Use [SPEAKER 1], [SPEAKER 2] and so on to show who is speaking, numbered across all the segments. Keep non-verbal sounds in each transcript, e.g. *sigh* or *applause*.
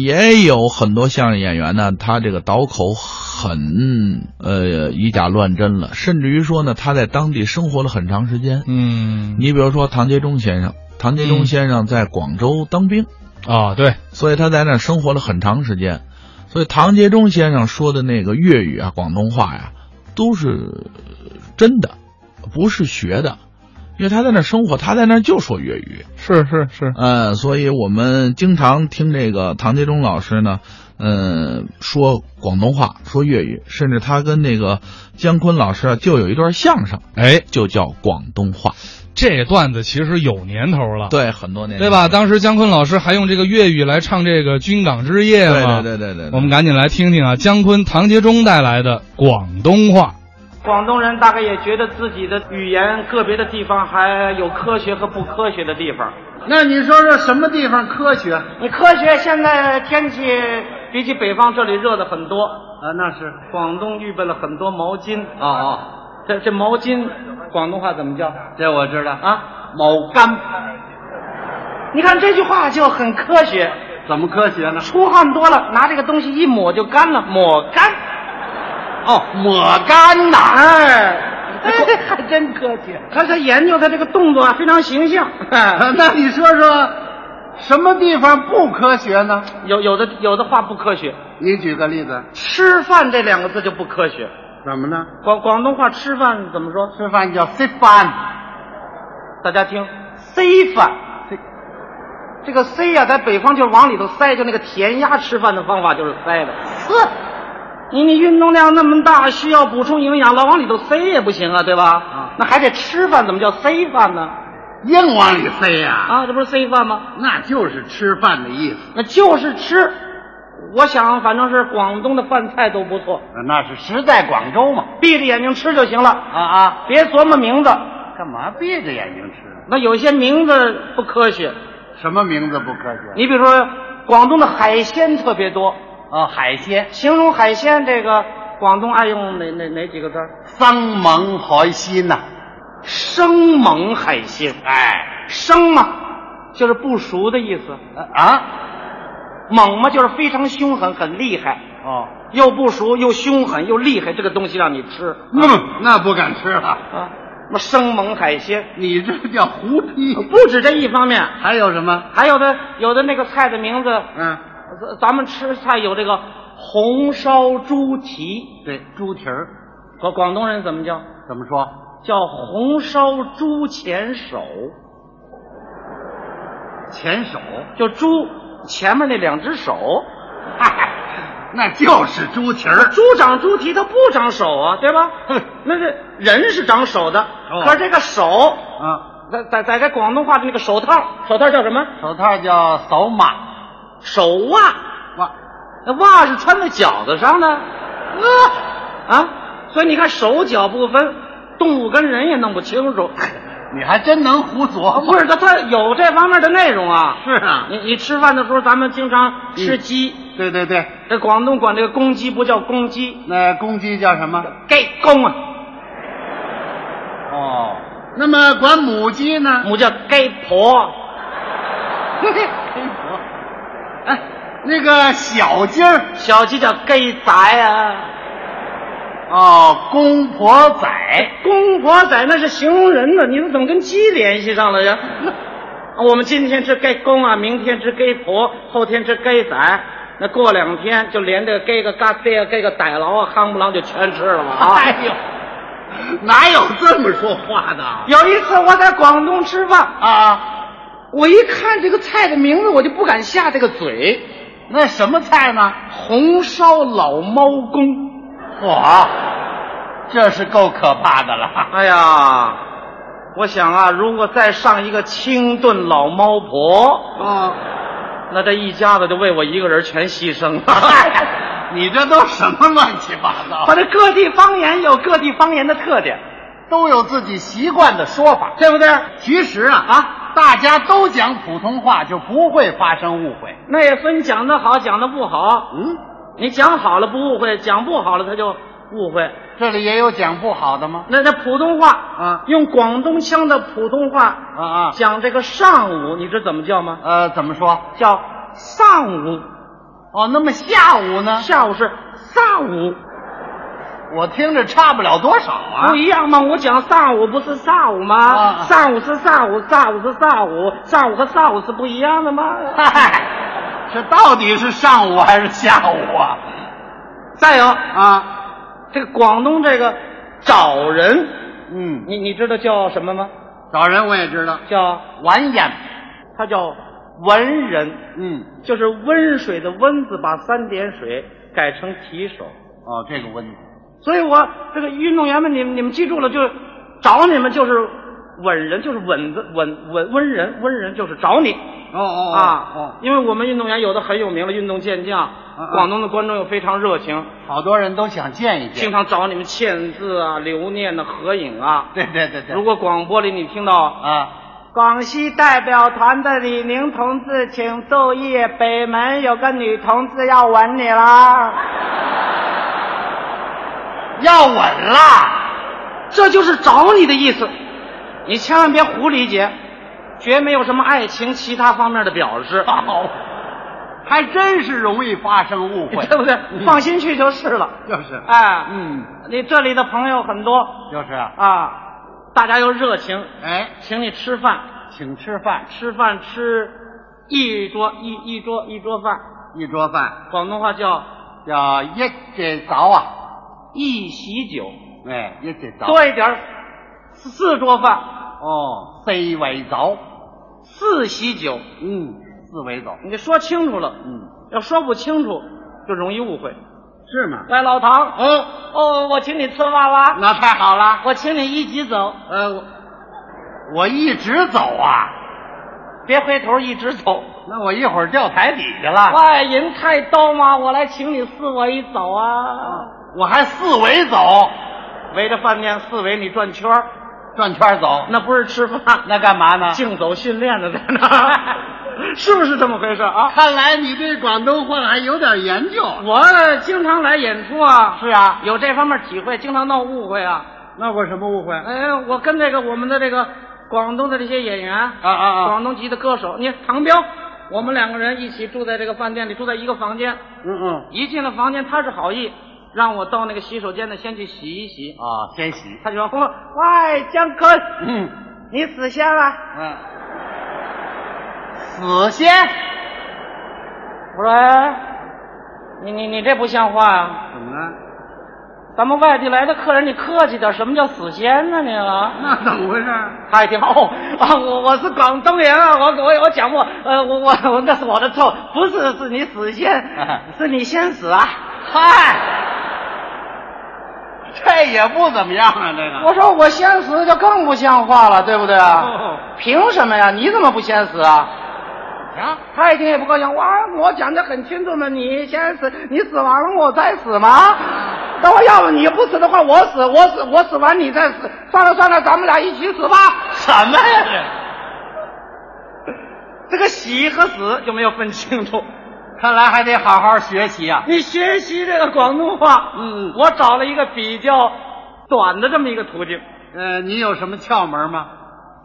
[SPEAKER 1] 也有很多相声演员呢，他这个倒口很呃以假乱真了，甚至于说呢，他在当地生活了很长时间。
[SPEAKER 2] 嗯，
[SPEAKER 1] 你比如说唐杰忠先生，唐杰忠先生在广州当兵，
[SPEAKER 2] 哦，对，
[SPEAKER 1] 所以他在那儿生活了很长时间，所以唐杰忠先生说的那个粤语啊、广东话呀、都是真的，不是学的，因为他在那儿生活，他在那儿就说粤语。
[SPEAKER 2] 是是是，
[SPEAKER 1] 呃，所以我们经常听这个唐杰忠老师呢，嗯、说广东话，说粤语，甚至他跟那个姜昆老师啊，就有一段相声，
[SPEAKER 2] 哎，
[SPEAKER 1] 就叫广东话。
[SPEAKER 2] 这段子其实有年头了，
[SPEAKER 1] 对，很多年
[SPEAKER 2] 对吧？当时姜昆老师还用这个粤语来唱这个《军港之夜》
[SPEAKER 1] 对
[SPEAKER 2] 嘛，
[SPEAKER 1] 对对对对，
[SPEAKER 2] 我们赶紧来听听啊，姜昆、唐杰忠带来的广东话。
[SPEAKER 3] 广东人大概也觉得自己的语言个别的地方还有科学和不科学的地方。
[SPEAKER 4] 那你说说什么地方科学啊？
[SPEAKER 3] 你科学现在天气比起北方这里热的很多，
[SPEAKER 4] 那是啊
[SPEAKER 3] 广东预备了很多毛巾。
[SPEAKER 4] 哦，
[SPEAKER 3] 这这毛巾，广东话怎么叫
[SPEAKER 4] 这我知道啊。
[SPEAKER 3] 啊？
[SPEAKER 4] 某干
[SPEAKER 3] 你看这句话就很科学，
[SPEAKER 4] 怎么科学呢？
[SPEAKER 3] 出汗多了拿这个东西一抹就干了，抹干。
[SPEAKER 4] 哦，抹干呐。
[SPEAKER 3] 哎，这 *laughs* 还真科学。他他研究他这个动作啊，非常形 *laughs* 象。
[SPEAKER 4] 那你说说什么地方不科学呢？
[SPEAKER 3] 有有的有的话不科学，
[SPEAKER 4] 你举个例子，
[SPEAKER 3] 吃饭这两个字就不科学。
[SPEAKER 4] 怎么呢？
[SPEAKER 3] 广广东话吃饭怎么说？
[SPEAKER 4] 吃饭叫吃饭，
[SPEAKER 3] 大家听，C 饭，这个 C 呀、在北方就是往里头塞，就那个填鸭吃饭的方法就是塞的。
[SPEAKER 4] 是
[SPEAKER 3] 你你运动量那么大，需要补充营养，老往里头塞也不行啊，对吧？
[SPEAKER 4] 啊
[SPEAKER 3] 那还得吃饭，怎么叫 C 饭呢？
[SPEAKER 4] 硬往里塞呀、
[SPEAKER 3] 啊，这不是 C 饭吗？
[SPEAKER 4] 那就是吃饭的意思。
[SPEAKER 3] 那就是吃。我想，反正是广东的饭菜都不错，
[SPEAKER 4] 那是实在广州嘛。
[SPEAKER 3] 闭着眼睛吃就行了，
[SPEAKER 4] 啊啊，
[SPEAKER 3] 别琢磨名字。
[SPEAKER 4] 干嘛闭着眼睛吃？
[SPEAKER 3] 那有些名字不科学，
[SPEAKER 4] 什么名字不科学？
[SPEAKER 3] 你比如说，广东的海鲜特别多，
[SPEAKER 4] 哦，海鲜，
[SPEAKER 3] 形容海鲜这个，广东爱用哪哪哪几个字儿？
[SPEAKER 4] 桑芒海鲜呐、
[SPEAKER 3] 生猛海鲜，
[SPEAKER 4] 哎，
[SPEAKER 3] 生嘛就是不熟的意思，
[SPEAKER 4] 啊，
[SPEAKER 3] 猛嘛就是非常凶狠，很厉害，
[SPEAKER 4] 哦，
[SPEAKER 3] 又不熟又凶狠又厉害，这个东西让你吃
[SPEAKER 4] 嗯，那不敢吃了。
[SPEAKER 3] 啊，什么生猛海鲜，
[SPEAKER 4] 你这叫胡批。
[SPEAKER 3] 啊不止这一方面，
[SPEAKER 4] 还有什么？
[SPEAKER 3] 还有的有的那个菜的名字，
[SPEAKER 4] 嗯，
[SPEAKER 3] 咱咱们吃菜有这个红烧猪蹄，
[SPEAKER 4] 对，猪蹄儿
[SPEAKER 3] 广广东人怎么叫？
[SPEAKER 4] 怎么说？
[SPEAKER 3] 叫红烧猪前手，
[SPEAKER 4] 前手，
[SPEAKER 3] 就猪前面那两只手。
[SPEAKER 4] 嗨，那就是猪蹄儿。
[SPEAKER 3] 猪长猪蹄，它不长手啊，对吧？那是人是长手的，可是这个手，
[SPEAKER 4] 啊，
[SPEAKER 3] 在在在这广东话的那个手套，手套叫什么？
[SPEAKER 4] 手套叫扫码。
[SPEAKER 3] 手袜，
[SPEAKER 4] 哇，
[SPEAKER 3] 那袜是穿在脚子上的，啊啊，所以你看手脚不分，动物跟人也弄不清楚。
[SPEAKER 4] 你还真能胡琢
[SPEAKER 3] 不
[SPEAKER 4] 磨。
[SPEAKER 3] 是，它它有这方面的内容啊。
[SPEAKER 4] 是啊
[SPEAKER 3] 你你吃饭的时候，咱们经常吃鸡，
[SPEAKER 4] 对对对，
[SPEAKER 3] 这广东管这个公鸡不叫公鸡，
[SPEAKER 4] 那公鸡叫什么？
[SPEAKER 3] 该公啊，
[SPEAKER 4] 哦，那么管母鸡呢？
[SPEAKER 3] 母叫该婆，
[SPEAKER 4] *laughs* 哎，那个小鸡儿
[SPEAKER 3] 小鸡叫该崽啊。
[SPEAKER 4] 哦，公婆仔。
[SPEAKER 3] 公婆仔那是形容人呢，你们怎么跟鸡联系上了呀？我们今天吃该公啊，明天吃该婆，后天吃该崽，那过两天就连这个该个嘎爹啊、该个歹劳啊、夯不啷就全吃了吧啊！
[SPEAKER 4] 哎呦，哪有这么说话的
[SPEAKER 3] *laughs* 有一次我在广东吃饭，
[SPEAKER 4] 啊？
[SPEAKER 3] 我一看这个菜的名字，我就不敢下这个嘴。
[SPEAKER 4] 那什么菜呢？
[SPEAKER 3] 红烧老猫公，
[SPEAKER 4] 我，这是够可怕的了。
[SPEAKER 3] 哎呀，我想啊，如果再上一个清炖老猫婆，
[SPEAKER 4] 哦，
[SPEAKER 3] 那这一家子就为我一个人全牺牲 *laughs* 了。
[SPEAKER 4] *laughs* 你这都什么乱七八糟
[SPEAKER 3] 反正各地方言有各地方言的特点，
[SPEAKER 4] 都有自己习惯的说法。
[SPEAKER 3] 对不对？
[SPEAKER 4] 其实啊啊，大家都讲普通话，就不会发生误会。
[SPEAKER 3] 那也分讲的好，讲的不好。
[SPEAKER 4] 嗯，
[SPEAKER 3] 你讲好了不误会，讲不好了他就误会。
[SPEAKER 4] 这里也有讲不好的吗？
[SPEAKER 3] 那那普通话
[SPEAKER 4] 啊
[SPEAKER 3] 用广东腔的普通话
[SPEAKER 4] 啊啊，
[SPEAKER 3] 讲这个上午，你知怎么叫吗？
[SPEAKER 4] 呃，怎么说？
[SPEAKER 3] 叫上午。
[SPEAKER 4] 哦，那么下午呢？
[SPEAKER 3] 下午是萨午，
[SPEAKER 4] 我听着差不了多少啊
[SPEAKER 3] 不。一样吗？我讲萨午不是萨午吗？
[SPEAKER 4] 啊
[SPEAKER 3] 萨午是萨午，萨午是萨午，萨午和萨午是不一样的吗？
[SPEAKER 4] 嗨，这到底是上午还是下午啊？
[SPEAKER 3] 再有啊，这个广东这个找人，
[SPEAKER 4] 嗯，
[SPEAKER 3] 你你知道叫什么吗？
[SPEAKER 4] 找人我也知道，
[SPEAKER 3] 叫
[SPEAKER 4] 晚宴。
[SPEAKER 3] 他叫文人，
[SPEAKER 4] 嗯，
[SPEAKER 3] 就是温水的温字，把三点水改成提手。
[SPEAKER 4] 哦，这个温度。
[SPEAKER 3] 所以我这个运动员们，你们你们记住了，就是找你们就是稳人，就是稳字稳稳温人，温人就是找你
[SPEAKER 4] 哦哦
[SPEAKER 3] 啊。
[SPEAKER 4] 哦，
[SPEAKER 3] 因为我们运动员有的很有名的运动健将，
[SPEAKER 4] 啊
[SPEAKER 3] 广东的观众又非常热情，
[SPEAKER 4] 好多人都想见一见。
[SPEAKER 3] 经常找你们签字啊、留念呐、合影啊。
[SPEAKER 4] 对对对对。
[SPEAKER 3] 如果广播里你听到
[SPEAKER 4] 啊，
[SPEAKER 3] 广西代表团的李宁同志，请注意，北门有个女同志要吻你啦，
[SPEAKER 4] 要稳啦。
[SPEAKER 3] 这就是找你的意思，你千万别胡理解，绝没有什么爱情其他方面的表 *laughs* 示，
[SPEAKER 4] 好，还真是容易发生误会，嗯
[SPEAKER 3] 对不对？放心去就是了。
[SPEAKER 4] 就是，
[SPEAKER 3] 哎，
[SPEAKER 4] 嗯，
[SPEAKER 3] 你这里的朋友很多
[SPEAKER 4] 就是啊，
[SPEAKER 3] 啊，大家又热情，
[SPEAKER 4] 哎，
[SPEAKER 3] 请你吃饭，
[SPEAKER 4] 请吃饭，
[SPEAKER 3] 吃饭吃一桌一一桌一桌饭，
[SPEAKER 4] 一桌饭
[SPEAKER 3] 广东话叫
[SPEAKER 4] 叫一这早啊，
[SPEAKER 3] 一席酒，
[SPEAKER 4] 哎，一这早，
[SPEAKER 3] 多一点儿四四桌饭，
[SPEAKER 4] 哦，四围早，
[SPEAKER 3] 四席酒，
[SPEAKER 4] 嗯，四围早，
[SPEAKER 3] 你得说清楚了，
[SPEAKER 4] 嗯，
[SPEAKER 3] 要说不清楚就容易误会。
[SPEAKER 4] 是吗？
[SPEAKER 3] 来，老嗯唐，
[SPEAKER 4] 哦，
[SPEAKER 3] 哦，我请你吃饭啦，
[SPEAKER 4] 那太好了，
[SPEAKER 3] 我请你一起走，
[SPEAKER 4] 呃，我我一直走啊，
[SPEAKER 3] 别回头，一直走。
[SPEAKER 4] 那我一会儿掉台底下了，
[SPEAKER 3] 喂，人太多吗？我来请你四围走啊！
[SPEAKER 4] 我还四围走，
[SPEAKER 3] 围着饭店四围你转圈儿
[SPEAKER 4] 转圈走，
[SPEAKER 3] *laughs* 那不是吃饭，
[SPEAKER 4] 那干嘛呢？
[SPEAKER 3] 竞走训练呢，在那儿， *laughs* 是不是这么回事啊？
[SPEAKER 4] 看来你对广东话还有点研究。
[SPEAKER 3] 我经常来演出啊，
[SPEAKER 4] 是啊，
[SPEAKER 3] 有这方面体会，经常闹误会啊。
[SPEAKER 4] 闹过什么误会？啊
[SPEAKER 3] 哎，我跟这个我们的这个广东的这些演员，
[SPEAKER 4] 啊啊！
[SPEAKER 3] 广东籍的歌手，你看唐彪，我们两个人一起住在这个饭店里，住在一个房间。
[SPEAKER 4] 嗯嗯。
[SPEAKER 3] 一进了房间，他是好意，让我到那个洗手间呢，先去洗一洗。
[SPEAKER 4] 啊，先洗。
[SPEAKER 3] 他就说：“喂，江坤，
[SPEAKER 4] 嗯
[SPEAKER 3] 你死先了。
[SPEAKER 4] 嗯。死先。”
[SPEAKER 3] 我说哎：“你你你这不像话啊！
[SPEAKER 4] 怎么了？
[SPEAKER 3] 咱们外地来的客人，你客气点，什么叫死先呢？你啊？”
[SPEAKER 4] *laughs* 那怎么回事？
[SPEAKER 3] 他一听哦啊，我我是广东人啊，我我我讲过，呃，我我我那是我的错，不是是你死先，
[SPEAKER 4] 哎
[SPEAKER 3] 是你先死啊！
[SPEAKER 4] 嗨， *laughs* 这也不怎么样啊，这个。
[SPEAKER 3] 我说我先死就更不像话了，对不对
[SPEAKER 4] *laughs*
[SPEAKER 3] 啊？
[SPEAKER 4] 哦，
[SPEAKER 3] 凭什么呀？你怎么不先死啊？
[SPEAKER 4] 行，
[SPEAKER 3] 他一听也不高兴，哇！我讲的很清楚嘛，你先死，你死完了我再死吗？那我要不你不死的话，我死，我死，我死完你再死，算了算了，咱们俩一起死吧。
[SPEAKER 4] 什么呀
[SPEAKER 3] 这个喜和死就没有分清楚。
[SPEAKER 4] 这？看来还得好好学习啊。
[SPEAKER 3] 你学习这个广东话，
[SPEAKER 4] 嗯
[SPEAKER 3] 我找了一个比较短的这么一个途径，
[SPEAKER 4] 呃，你有什么窍门吗？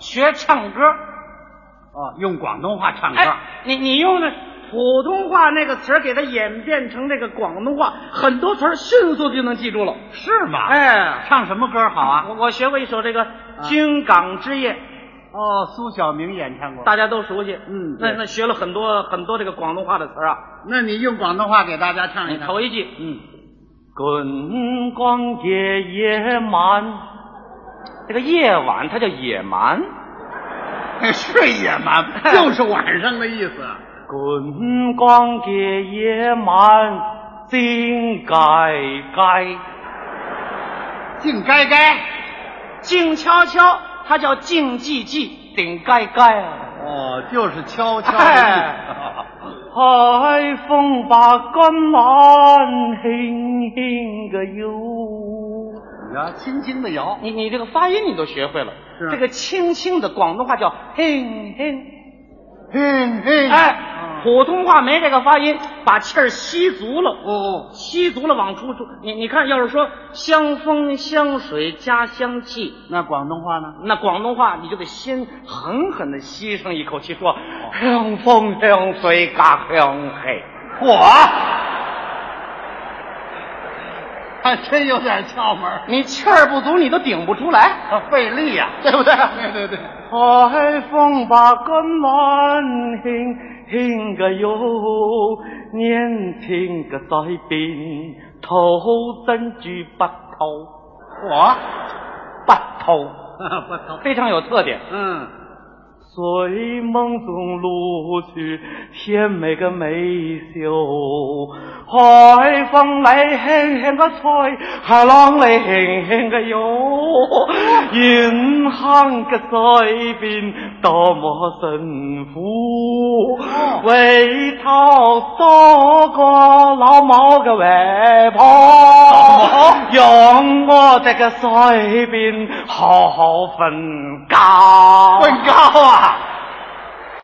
[SPEAKER 3] 学唱歌。
[SPEAKER 4] 哦，用广东话唱歌。
[SPEAKER 3] 哎，你你用那普通话那个词儿给它演变成这个广东话，很多词儿迅速就能记住了。
[SPEAKER 4] 是吗？，
[SPEAKER 3] 哎，
[SPEAKER 4] 唱什么歌好啊？
[SPEAKER 3] 我我学过一首这个《军港之夜》，
[SPEAKER 4] 哦，苏小明演唱过。
[SPEAKER 3] 大家都熟悉。
[SPEAKER 4] 哦嗯
[SPEAKER 3] 那
[SPEAKER 4] 对
[SPEAKER 3] 那学了很多很多这个广东话的词儿啊。
[SPEAKER 4] 那你用广东话给大家唱
[SPEAKER 3] 你
[SPEAKER 4] 一唱。
[SPEAKER 3] 头一句，
[SPEAKER 4] 嗯，
[SPEAKER 3] 滚光夜夜蛮，这个夜晚它叫野蛮。
[SPEAKER 4] 是野哎蛮，就是晚上的意思。
[SPEAKER 3] 滚光夜夜蛮，静街街，
[SPEAKER 4] 静该该。
[SPEAKER 3] 静悄悄，它叫静寂寂，顶街街啊。
[SPEAKER 4] 哦，就是悄悄
[SPEAKER 3] 哎
[SPEAKER 4] 的意思。
[SPEAKER 3] 海风把干栏轻轻的游。
[SPEAKER 4] 你要轻轻的摇。
[SPEAKER 3] 你你这个发音你都学会了，
[SPEAKER 4] 是
[SPEAKER 3] 这个轻轻的广东话叫轻轻，
[SPEAKER 4] 嘿嘿嗯
[SPEAKER 3] 哎，普通话没这个发音，把气儿吸足了，
[SPEAKER 4] 哦，
[SPEAKER 3] 吸足了往出出。你你看，要是说香风香水加香气，
[SPEAKER 4] 那广东话呢？
[SPEAKER 3] 那广东话你就得先
[SPEAKER 4] 哦
[SPEAKER 3] 狠狠的吸上一口气，说香风香水加香气。
[SPEAKER 4] 我还真有点窍门儿，
[SPEAKER 3] 你气儿不足，你都顶不出来，
[SPEAKER 4] 啊费力呀、
[SPEAKER 3] 对不对？
[SPEAKER 4] *laughs* 对对对，
[SPEAKER 3] 海风把根满兴，兴个哟，年轻个在边，头真举白头，
[SPEAKER 4] 我
[SPEAKER 3] 白头
[SPEAKER 4] *laughs* 不头，
[SPEAKER 3] 非常有特点。
[SPEAKER 4] 嗯，
[SPEAKER 3] 睡梦中露去甜美个美秀，海风来轻轻个吹，海浪来轻轻个游，银行个水边多么幸福，为头多个老毛 *laughs* 个外婆，让我这个水边好好瞓觉。
[SPEAKER 4] 高啊，